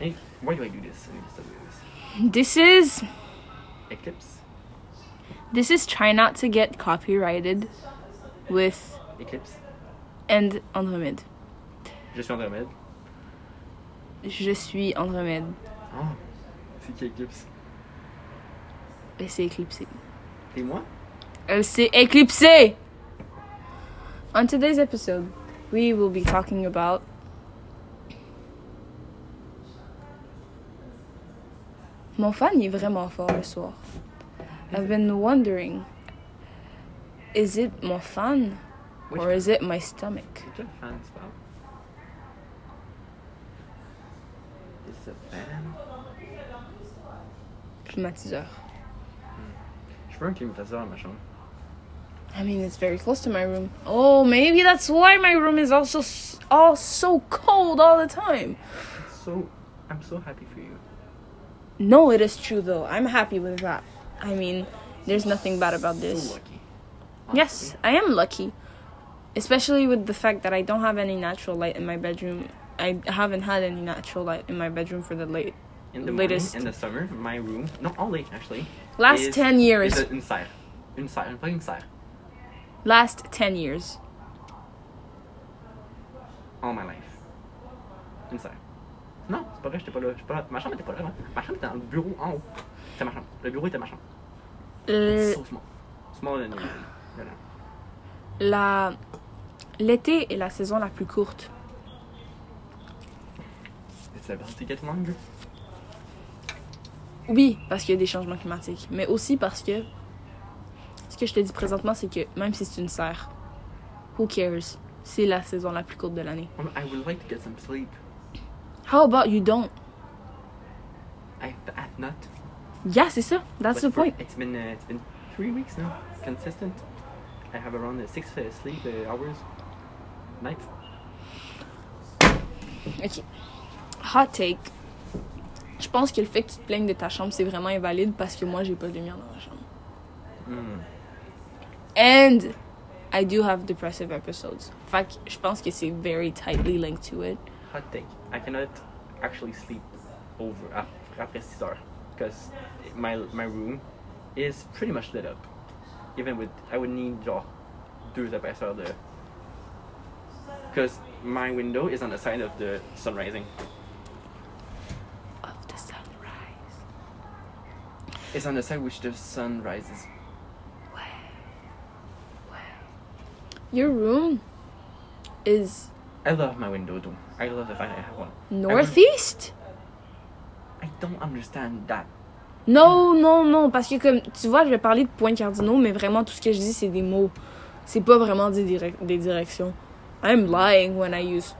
Hey, why do I do this? I need to stop doing this. This is Eclipse? this is try not to get copyrighted with Eclipse? and Andromède. Je suis Andromède. Je suis Andromède Oh, c'est qui Eclipse? et c'est éclipsé. T'es moi? Elle s'est éclipsée. On today's episode, we will be talking about Mon fan est vraiment fort le soir. I've been wondering is it mon fan Which or is it my stomach? Is it a fan spell? Is it a fan? Climatiseur. Je veux un climatiseur dans ma chambre. I mean, it's very close to my room. Oh, maybe that's why my room is also s- all so cold all the time. So, I'm so happy for you. No, it is true though. I'm happy with that. I mean, there's nothing bad about So this. lucky. Yes, I am lucky. Especially with the fact that I don't have any natural light in my bedroom. I haven't had any natural light in my bedroom for the late In the latest. Latest. in the summer, my room, not all late actually, last Is- 10 years. is inside. Inside, I'm fucking inside. last 10 years. All my life. Inside. Non, c'est pas vrai, j'étais pas là. J'étais pas là. Ma chambre était pas là. hein. Ma chambre était dans le bureau en haut. C'était ma chambre. Le bureau était ma chambre. Euh, So small. Small and Voilà. la l'été est la saison la plus courte. It's about to get longer. Oui, parce qu'il y a des changements climatiques, mais aussi parce que ce que je te dis présentement, c'est que même si c'est une serre, who cares? C'est la saison la plus courte de l'année. Um, I would like to get some sleep. How about you don't? I've, I've not. Yeah, c'est ça. That's but the for- point. It's been uh, it's been three weeks now, consistent. I have around uh, six uh, sleep uh, hours, nights. Ok. Hot take. Je pense que le fait que tu te plaignes de ta chambre, c'est vraiment invalide parce que moi, j'ai pas de lumière dans ma chambre. Mm. And I do have depressive episodes. Fait que je pense que c'est very tightly linked to it. Hot take. I cannot actually sleep over af- after six hours because my my room is pretty much lit up. Even with I would need genre deux épaisseurs de. Because my window is on the side of the sun rising. Of the sunrise. It's on the side which the sun rises. Your room is I love my window though. I love the fact I have one. northeast? I don't understand that. Non, non, non, parce que comme tu vois, je vais parler de points cardinaux, mais vraiment tout ce que je dis, c'est des mots. C'est pas vraiment des, direc- des directions. I'm lying when I use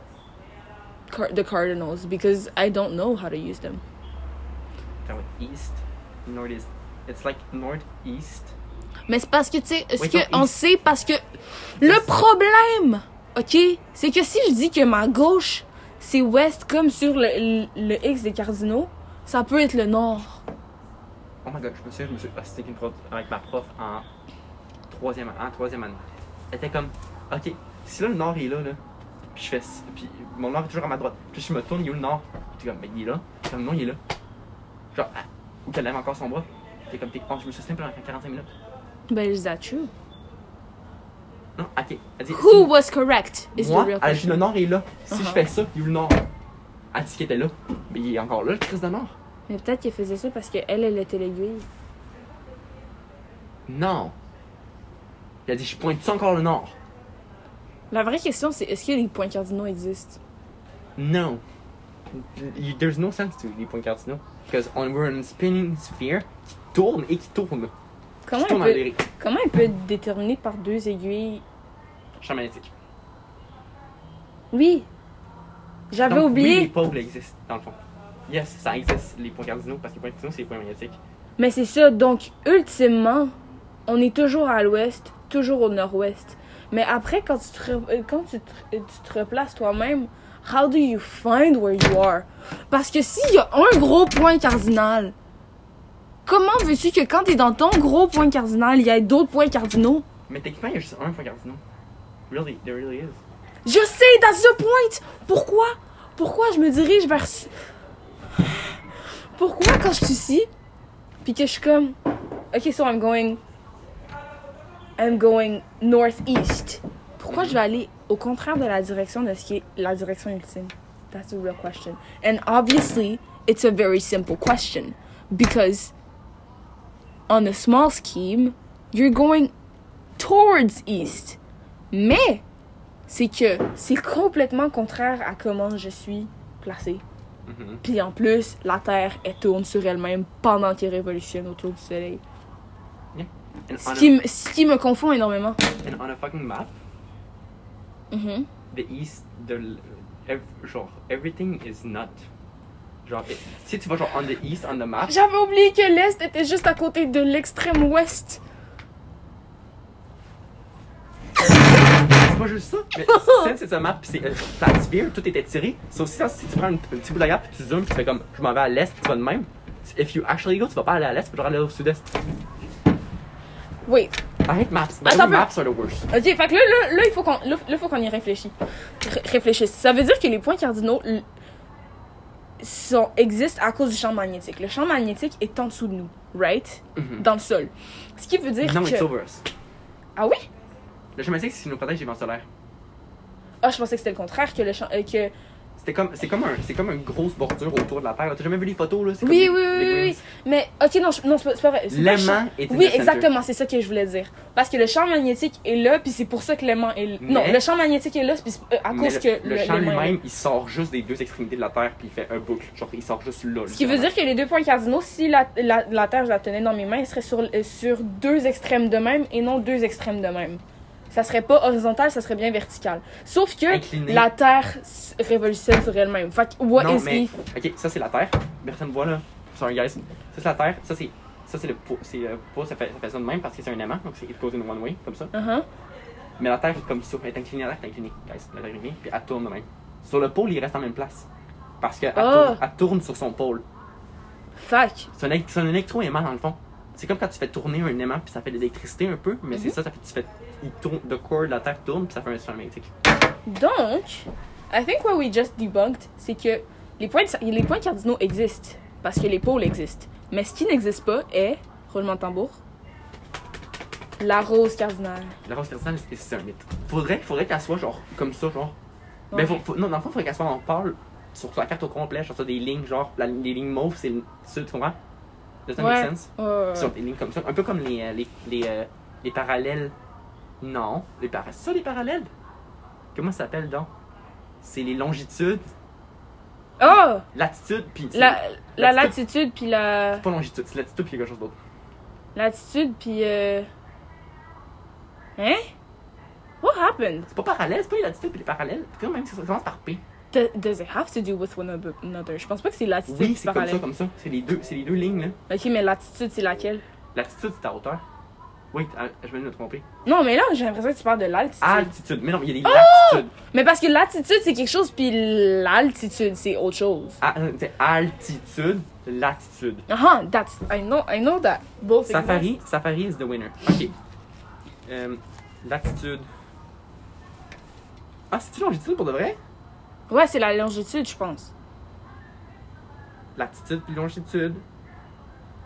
car- the cardinals because I don't know how to use them. That east, northeast. It's like northeast. Mais c'est parce que tu sais, ce Oui, que donc, on il- sait parce que le problème, ok, c'est que si je dis que ma gauche c'est ouest comme sur le, le- le X des cardinaux, ça peut être le nord. Oh my god, je me souviens, je me suis passé avec, une prof- avec ma prof en troisième, en troisième année. Elle était comme, ok, si là le nord est là, là, puis je fais, c- puis mon nord est toujours à ma droite. Puis je me tourne, il est où le nord? Puis t'es comme, mais il est là. Puis comme, non, il est là. Genre, ah, ou qu'elle lève encore son bras. T'es comme, t'es, oh, je me suis souvenu pendant 45 minutes. Ben is that true? Non, ok. Elle dit, Who was correct is Moi, the real elle dit question. le nord est là. Si Uh-huh. je fais ça, il est où le nord? Elle dit qu'il était là. Mais il est encore là, le Christ de nord. Mais peut-être qu'elle faisait ça parce qu'elle, elle était l'aiguille. Non. Il a dit, je pointe ça encore le nord. La vraie question, c'est est-ce que les points cardinaux existent? No. You- There's no sense to les points cardinaux. Because on, we're in a spinning sphere qui tourne et qui tourne. Comment qui elle, tourne en peut, l'air. comment elle peut être déterminée par deux aiguilles? Champ magnétique. Oui! J'avais Donc, oublié, Oui, les pôles existent, dans le fond. Yes, ça existe, les points cardinaux, parce que les points cardinaux, c'est les points magnétiques. mais c'est ça. Donc, ultimement, on est toujours à l'ouest, toujours au nord-ouest. Mais après, quand tu te, re- euh, quand tu te, euh, tu te replaces toi-même, how do you find where you are? Parce que s'il y a un gros point cardinal, comment veux-tu que quand t'es dans ton gros point cardinal, il y ait d'autres points cardinaux? Mais techniquement, il y a juste un point cardinal. Really, there really is. Je sais, that's the point. Pourquoi Pourquoi je me dirige vers... pourquoi quand je suis ici, puis que je suis comme, ok, so I'm going, I'm going northeast. Pourquoi je vais aller au contraire de la direction de ce qui est la direction ultime? That's the real question. And obviously, it's a very simple question because on a small scheme, you're going towards east. Mais c'est que c'est complètement contraire à comment je suis placée. Mhm. Puis en plus, la Terre, elle tourne sur elle-même pendant qu'elle révolutionne autour du Soleil. And Ce on, qui, a, me- ce qui me confond énormément. and on a fucking map, Mhm. the east, the l- ev- genre everything is not. Genre et- si tu vas genre on the east on the map, J'avais oublié que l'Est était juste à côté de l'extrême Ouest. c'est pas juste ça. Mais since it's a map, pis c'est euh, flat sphere, tout était tiré. Sauf si, si tu prends un, un petit bout de la carte, puis tu zoomes, puis tu fais comme je m'en vais à l'est, tu vas de même. If you actually go, tu vas pas aller à l'est, tu vas aller au sud-est. Wait. I hate maps. Attends un Attends, peu. maps are the worst. Ok, fait que là, là, là, il faut qu'on là, là, faut qu'on y réfléchisse. Ré- réfléchisse. Ça veut dire que les points cardinaux l- sont, existent à cause du champ magnétique. Le champ magnétique est en dessous de nous, right? Mhm. Dans le sol. Ce qui veut dire Non, que... it's over us. Ah oui? Le chemin c'est si nous protège des vents solaires. Ah, je pensais que c'était le contraire, que le champ... euh, que... C'était comme, c'est comme un, c'est comme une grosse bordure autour de la Terre. là. T'as jamais vu les photos là c'est Oui, comme oui, des- oui, des oui, greens. oui. Mais, ok, non, je- non c'est pas, c'est pas vrai. C'est pas le champ- L'aimant est in the Oui, center. exactement, c'est ça que je voulais dire. Parce que le champ magnétique est là, puis c'est pour ça que l'aimant est là. Non, Mais- le champ magnétique est là, puis c'est, euh, à Mais cause le, que le champ l'aimant est là. lui-même, il sort juste des deux extrémités de la Terre puis il fait un boucle. Genre il sort juste là. Ce qui veut dire que les deux points cardinaux, si la, la, la Terre, je la tenais dans mes mains, elle serait sur, euh, sur deux extrêmes de même et non deux extrêmes de même. Ça serait pas horizontal, ça serait bien vertical. Sauf que Incliné. la Terre s- révolutionne sur elle-même. Fait que, what Non, is E? mais- it? Ok, ça c'est la Terre. Personne voit là. Sorry guys. Ça c'est la Terre. Ça c'est, ça c'est le pouce. C'est le pouce. Ça fait, ça fait ça de même parce que c'est un aimant. Donc c'est it goes in one way comme ça. Uh-huh. Mais la Terre est comme ça. Elle est inclinée à l'air, elle est inclinée. Guys, la Terre est inclinée, puis elle tourne de même. Sur le pôle, il reste en même place. Parce qu'elle Ah. tourne, elle tourne sur son pôle. Fuck. C'est un, é- c'est un électro-aimant dans le fond. C'est comme quand tu fais tourner un aimant puis ça fait de l'électricité un peu, mais Mhm. c'est ça, ça fait, tu fais, il tourne, le corps de la Terre tourne puis ça fait un champ magnétique. Donc, I think what we just debunked, c'est que les points, de- les points cardinaux existent. Parce que les pôles existent. Mais ce qui n'existe pas est, roulement de tambour, la rose cardinale. La rose cardinale, c'est- c'est un mythe. Faudrait, faudrait qu'elle soit genre comme ça, genre. Ouais. Mais Ben, faut, faut- non, dans le fond, faudrait qu'elle soit en pâle sur la carte au complet, genre ça, des lignes, genre la- les lignes mauves, c'est le sud, tu comprends? Does that Ouais. make sense? Ouais, ouais, ouais. Sur des lignes comme ça, un peu comme les, euh, les, les, euh, les parallèles. Non, les parallèles. Ça, les parallèles? Comment ça s'appelle donc? C'est les longitudes, Oh! latitude, puis. c'est- La, la Latitude. latitude puis la C'est pas longitude, c'est latitude puis quelque chose d'autre. latitude puis euh... hein What happened C'est pas parallèle, c'est pas les latitudes puis les parallèles. C'est quand même, ça commence par P. Do- does it have to do with one ab- another Je pense pas que c'est latitude Oui, puis c'est comme ça, parallèle. comme ça. C'est les deux, c'est les deux lignes là. OK, mais latitude c'est laquelle Latitude, c'est ta hauteur. Oui, ah, je viens de me tromper. Non, mais là, j'ai l'impression que tu parles de l'altitude. Altitude, mais non, il y a des Oh! latitudes. Mais parce que latitude c'est quelque chose puis l'altitude c'est autre chose. Ah, c'est altitude, latitude. Ah, ah, that's I know I know that. Both exist. Safari, Safari is the winner. Ok. Euh, latitude. Ah, c'est-tu longitude pour de vrai? Ouais, c'est la longitude, je pense. Latitude puis longitude.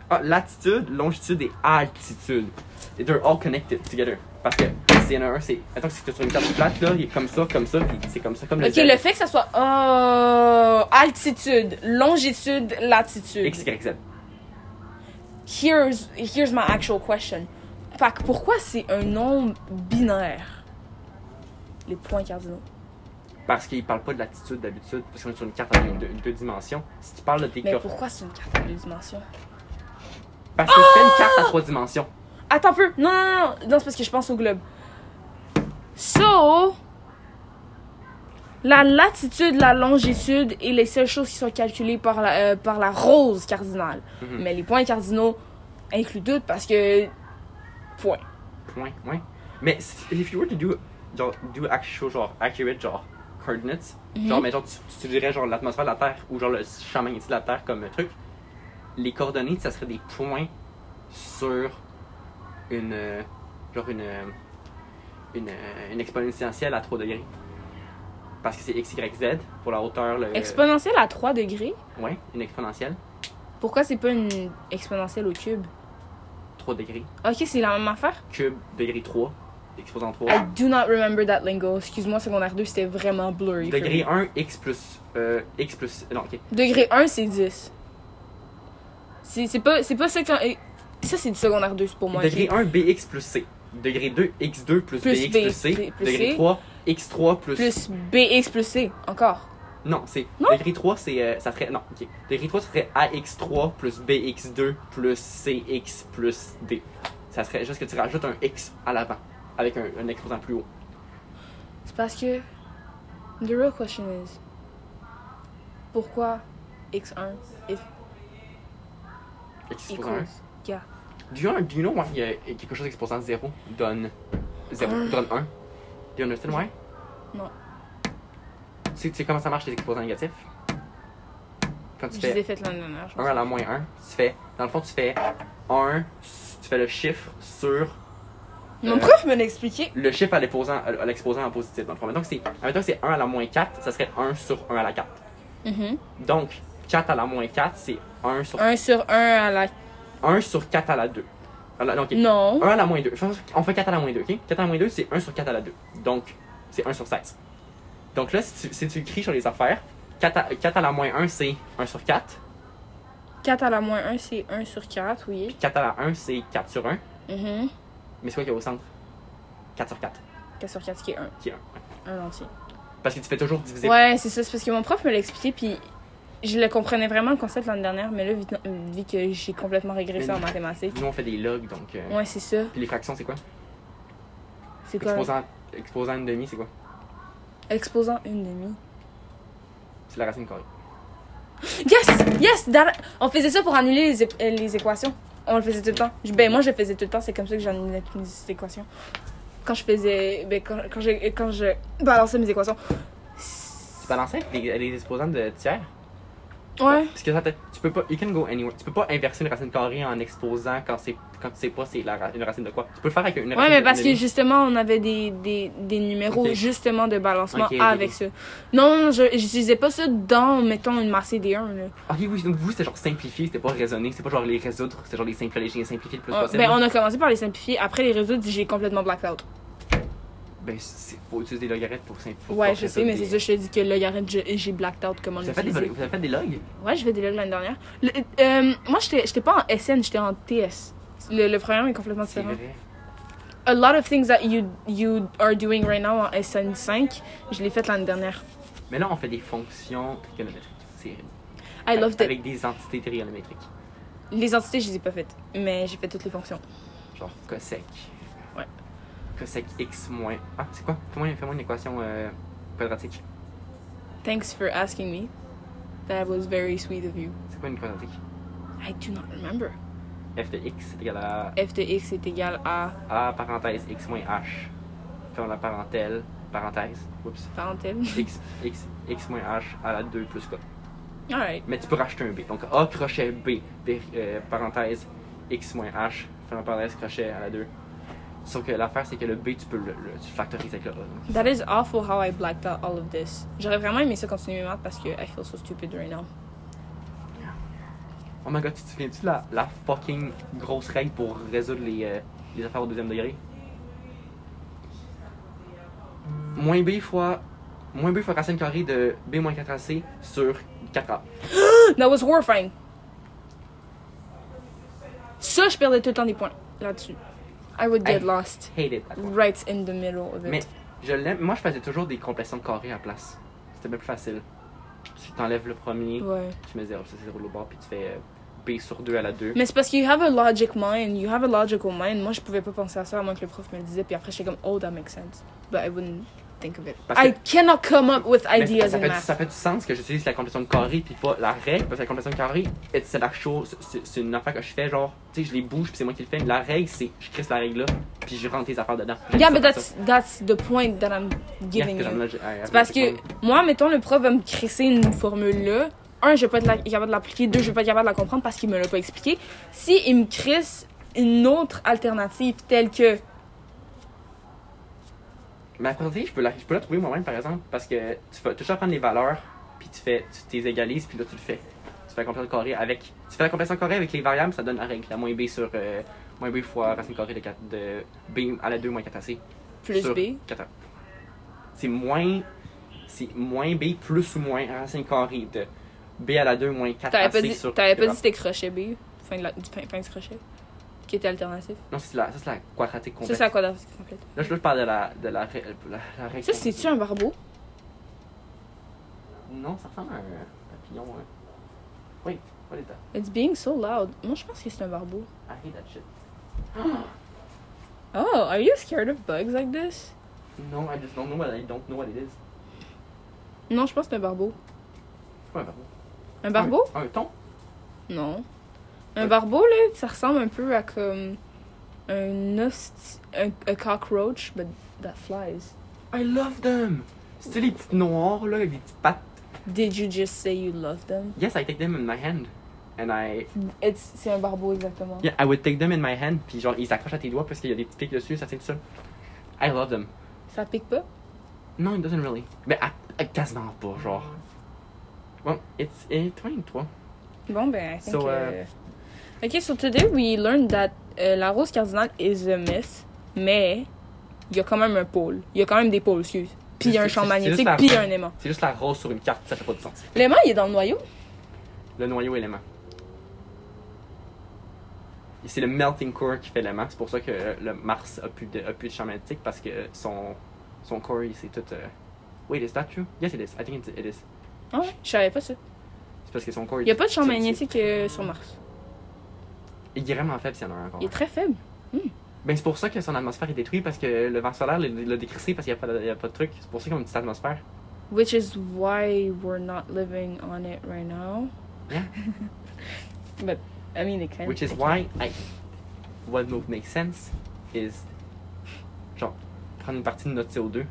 Ah, latitude, longitude et altitude. Et they're all connected together. Parce que c'est un, c'est. Attends, c'est que sur une table plate, là, il est comme ça, comme ça, puis c'est comme ça, comme OK, le le Z. fait que ça soit oh, altitude, longitude, latitude. X, Y, Z. here's, here's my actual question. Fait que pourquoi c'est un nombre binaire? Les points cardinaux. Parce qu'il parle pas de latitude d'habitude, parce qu'on est sur une carte en deux, deux dimensions. Si tu parles de tes Mais corps. pourquoi c'est une carte à deux dimensions? Parce que c'est une Ah! carte à trois dimensions. Attends un peu! Non, non, non! Non, c'est parce que je pense au globe. So, la latitude, la longitude est les seules choses qui sont calculées par la, euh, par la rose cardinale. Mhm. Mais les points cardinaux incluent toutes parce que. Point. Point, ouais. Mais si- if you were to do, genre, do actual, genre, accurate, genre, coordinates, genre, mais genre, tu, tu dirais, genre, l'atmosphère de la Terre ou, genre, le champ magnétique de la Terre comme un truc, les coordonnées, ça serait des points sur une, euh, genre, une, euh, une, euh, une exponentielle à 3 degrés. Parce que c'est x, y, z pour la hauteur, le... Exponentielle à 3 degrés? ouais, une exponentielle. Pourquoi c'est pas une exponentielle au cube 3 degrés. Ok, c'est la même affaire. Cube, degré 3. Exposant 3. I do not remember that lingo. Excuse-moi, secondaire 2, c'était vraiment blurry. for Degré me. 1, x plus. Euh, x plus. Non, ok. Degré 1, c'est 10. C'est c'est pas, c'est pas ça que- eh, Ça, c'est du secondaire 2 c'est pour moi. ok? Degré 1, bx plus c. Degré 2, x2 plus, bx Plus B, plus c. plus degré C. 3, x3 plus. Plus BX plus C, encore. Non, c'est. Non? Degré 3, c'est. euh, ça serait. Non, ok. Degré 3, ça serait ax3 plus bx2 plus cx plus d. Ça serait juste que tu rajoutes un x à l'avant. Avec un, un exposant plus haut. C'est parce que. The real question is. Pourquoi X1 if X exposant equals. Yeah. Do you, do you know why euh, quelque chose exposant 0 donne 0, Un. donne 1? Do you understand why? Ah. Non. Tu sais, tu sais comment ça marche les exposants négatifs? Quand tu Je fais les ai faites l'année dernière. je 1 à la moins 1, tu fais, dans le fond, tu fais 1, tu fais le chiffre sur pense. Mon prof me l'a expliqué. le chiffre à l'exposant à l'exposant en positif. Dans le fond, mettons que c'est mettons que c'est 1 à la moins 4, ça serait 1 sur 1 à la 4. Donc, 4 à la moins 4, c'est 1 sur 1 sur 1 à la. 1 sur 4 à la 2. Alors, donc, Non. 1 à la moins 2. On fait 4 à la moins 2, ok? 4 à la moins 2, c'est 1 sur 4 à la 2. Donc, c'est 1 sur 16. Donc là, si tu, si tu écris sur les affaires, 4 à, 4 à la moins 1, c'est 1 sur 4. 4 à la moins 1, c'est 1 sur 4, oui. 4 à la 1, c'est 4 sur 1. Mhm. Mais c'est quoi qu'il y a au centre? 4 sur 4, 4 sur 4, ce qui est 1. qui est 1. 1 entier. Parce que tu fais toujours diviser. Ouais, c'est ça. C'est parce que mon prof me l'a expliqué, puis je le comprenais vraiment le concept l'année dernière, mais là, vite- vu que j'ai complètement régressé en mathématiques. Nous, on fait des logs, donc... euh, Ouais, c'est ça. Puis les fractions, c'est quoi? C'est quoi Exposant, exposant une demi, c'est quoi? Exposant une demi. C'est la racine carrée. Yes! Yes! Dar- On faisait ça pour annuler les, é- euh, les équations. On le faisait tout le temps. Je- Ben, moi, je le faisais tout le temps. C'est comme ça que j'annulais toutes mes équations. Quand je faisais. Ben, quand, quand, j'ai- quand je balançais mes équations. Tu balançais avec les, les exposants de tiers? Ouais. Parce que ça, t'as- tu peux pas, you can go anywhere. Tu peux pas inverser une racine carrée en exposant quand c'est, quand tu sais pas c'est la ra- une racine de quoi. Tu peux le faire avec une racine. Ouais, mais parce de que demi. justement, on avait des, des, des numéros Ok. justement de balancement Ok, ok, avec ok. ça. Non, je n'utilisais pas ça dans, mettons, une Marseille D1. Là. Ok, Ah, oui, donc vous c'était genre simplifié, c'était pas raisonné, c'est pas genre les résoudre, c'est genre les simplifier, les simplifier le plus Ah, possible. ben, on a commencé par les simplifier. Après, les résultats, j'ai complètement blacked out. Ben, c'est faut utiliser des logarithmes pour simplifier. Ouais, je sais, mais c'est ça, je te dis que là, y a rien de- j'ai j'ai blacked out comment Vous avez, fait des, l'utiliser. vous avez fait des logs? Ouais, je fais des logs l'année dernière. Le- euh, moi, j'étais j'étais pas en SN, j'étais en TS. Le, le programme est complètement C'est différent. vrai. A lot of things that you, you are doing right now en SN5, je l'ai fait l'année dernière. Mais là, on fait des fonctions trigonométriques. C'est I loved it. Avec des entités trigonométriques. Les entités, je les ai pas faites, mais j'ai fait toutes les fonctions. Genre cosec. Ouais. Cosec x moins. Ah, c'est quoi? Fais-moi fais-moi une équation euh, quadratique. Thanks for asking me. That was very sweet of you. C'est quoi une quadratique? I do not remember. f de x est égal à F de x est égal à a parenthèse x moins h. Ferme la parentèle, parenthèse, oups, parenthèse. x, x, x moins h à la 2 plus quoi. Alright. Mais tu peux racheter un b. Donc a crochet b, b- euh, parenthèse, x moins h, ferme la parenthèse, crochet à la 2. Sauf que l'affaire, c'est que le b, tu peux le, le- tu le factorises avec le a. donc. That is awful how I blacked out all of this. J'aurais vraiment aimé ça continuer mes maths parce que I feel so stupid right now. Oh my god, tu te souviens-tu de la, la fucking grosse règle pour résoudre les, euh, les affaires au deuxième degré? Moins b fois. Moins b fois racine carrée de b moins 4ac sur 4a. That was horrifying. Ça, je perdais tout le temps des points là-dessus. I would get Hey. lost Hate it. that one. right in the middle of it. Mais je l'aime. Moi, je faisais toujours des compressions de carré à la place. C'était bien plus facile. Tu t'enlèves le premier, Ouais. tu mets 0, ça c'est 0 au bord, puis tu fais euh, b sur 2 à la 2. Mais c'est parce que you have a logic mind, you have a logical mind. Moi, je pouvais pas penser à ça à moins que le prof me le disait. Puis après, j'étais comme, oh, that makes sense. But I wouldn't think of it. Parce que- I cannot come up with Mais ideas ça, in fait, du- math. ça fait du sens que j'utilise la compression de carré puis pas la règle parce que la compression de carré et c'est la chose c'est- c'est une affaire que je fais genre tu sais je les bouge puis c'est moi qui le fais la règle c'est je crisse la règle là puis je rentre les affaires dedans J'aime Yeah, ça but faire that's, ça. that's the point that I'm Yeah, giving que j'aime la- you. ah, I- I- C'est parce que I- moi, mettons, le prof va me crisser une formule là. Un, je vais pas être la- capable de l'appliquer. Deux, je vais pas être capable de la comprendre parce qu'il me l'a pas expliqué. Si il me crisse une autre alternative telle que ma apprentissage, je peux la je peux la trouver moi-même par exemple parce que tu vas toujours prendre les valeurs puis tu fais tu les égalises puis là tu le fais tu fais la complétion carrée avec. Tu fais la complétion carrée avec les variables, ça donne la règle. La moins b sur. euh, moins b fois racine carrée de, quatre- de b à la 2 moins 4ac. Plus sur B. 4 C'est moins. C'est moins b plus ou moins racine carrée de b à la 2 moins 4ac. T'avais pas dit, sur t'avais pas quatre. dit c'était crochet B, fin, de la, du- fin, fin du crochet, qui était alternatif. Non, c'est la, ça, c'est la quadratique Ça, complète. c'est à quoi d'article complète. Là, je, là, je parle de la, de la, ré- euh, la, la règle. Ça, c'est-tu un barbeau? Non, ça ressemble à un papillon. Hein. Wait, what is that? It's being so loud. Moi, je pense que c'est un barbeau. I hate that shit. Oh, are you scared of bugs like this? No, I just don't know what I don't know what it is. Non, je pense que c'est un barbeau. C'est pas un barbeau. Un barbeau? Un, un thon? Ah. Non. Un barbeau, là, ça ressemble un peu à comme un host... un a cockroach, but that flies. I love them! C'était les petites noires, là, avec des petites pattes. Did you just say you love them? Yes, I take them in my hand. And I. It's- C'est un barbeau, exactement. Yeah, I would take them in my hand, puis genre, ils s'accrochent à tes doigts parce qu'il y a des petits pics dessus, ça tient tout seul. I love them. Ça pique pas? No, it doesn't really. Mais à, à- quasiment pas, genre. Well, it's in 23. Bon, ben, I think... So, euh, OK, so today we learned that euh, la rose cardinale is a myth, mais il y a quand même un pôle. Il y a quand même des pôles, excuse. Puis il y a un C'est- champ c'est- c'est juste magnétique, la- puis il y a un aimant. C'est juste la rose sur une carte, ça fait pas de sens. L'aimant, il est dans le noyau. Le noyau élément. Et c'est le melting core qui fait l'aimant. C'est pour ça que euh, le Mars a plus de, a plus de champ magnétique parce que euh, son, son core, il- c'est tout. euh, Wait, is that true? Yes, it is. I think it, it is. Ah ouais? Je savais pas ça. C'est parce que son core. Il y a pas de champ c'est- magnétique euh, sur Mars. c'est- Il est vraiment faible s'il y en a un encore. Il est très faible. Ben, c'est pour ça que son atmosphère est détruite parce que le vent solaire l'a- l'a décrissé parce qu'il n'y a, pas de- il y a pas de truc. C'est pour ça qu'ils ont une petite atmosphère. Which is why we're not living on it right now. Yeah. But, I mean, it kind Which is why I, what would make sense is genre prendre une partie de notre CO2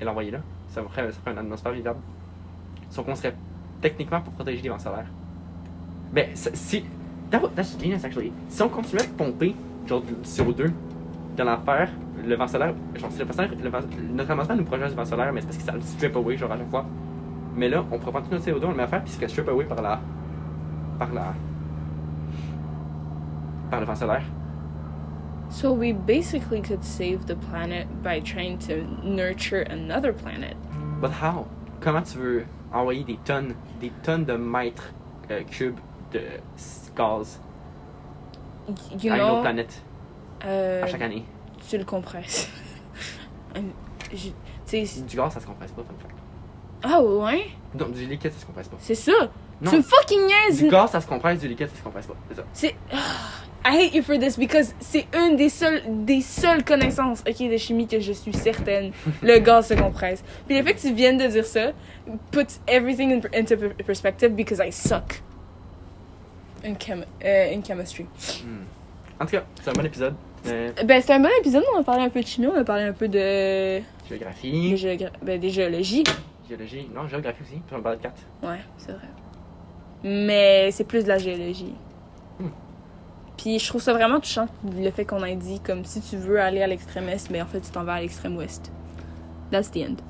et l'envoyer là. Ça ferait, ça ferait une atmosphère vivable. Sauf qu'on serait techniquement pour protéger les vents solaires. Mais ça- si that would- that's genius actually. Si on continuait de pomper genre du CO2 dans l'enfer, le vent solaire, genre si le vent solaire, le vent- notre atmosphère nous protège du vent solaire, mais c'est parce que ça le strip away genre à chaque fois. Mais là, on pourrait prendre tout notre CO2, on le met à faire, puis il serait strip away par la par la par le vent solaire. So we basically could save the planet by trying to nurture another planet. But how? Comment tu veux envoyer des tonnes, des tonnes de mètres euh, cubes de s- gaz Y- You à Ah, une autre know, planète euh, à chaque année? tu le compresses. Um, je- tu sais, Du gaz, ça se compresse pas, fun fact. ah ouais, Non, du liquide, ça se compresse pas. c'est ça. Non, Tu me fucking niaises. du gaz, ça se compresse, du liquide, ça se compresse pas. C'est ça. C'est. ah, I hate you for this because c'est une des seules, des seules connaissances, ok, de chimie que je suis certaine. Le gaz se compresse. Puis le fait que tu viennes de dire ça puts everything in, into per- perspective because I suck in, chem, euh, in chemistry. Hmm. En tout cas, c'est un bon épisode. Euh, Ben, c'était un bon épisode. On a parlé un peu de chimie, on a parlé un peu de. de géographie, géogra- ben, des géologies. géologie, non, géographie aussi, puis on parle de cartes. Ouais, c'est vrai. Mais c'est plus de la géologie. Hmm. Puis je trouve ça vraiment touchant le fait qu'on ait dit comme si tu veux aller à l'extrême est, mais en fait tu t'en vas à l'extrême ouest. That's the end.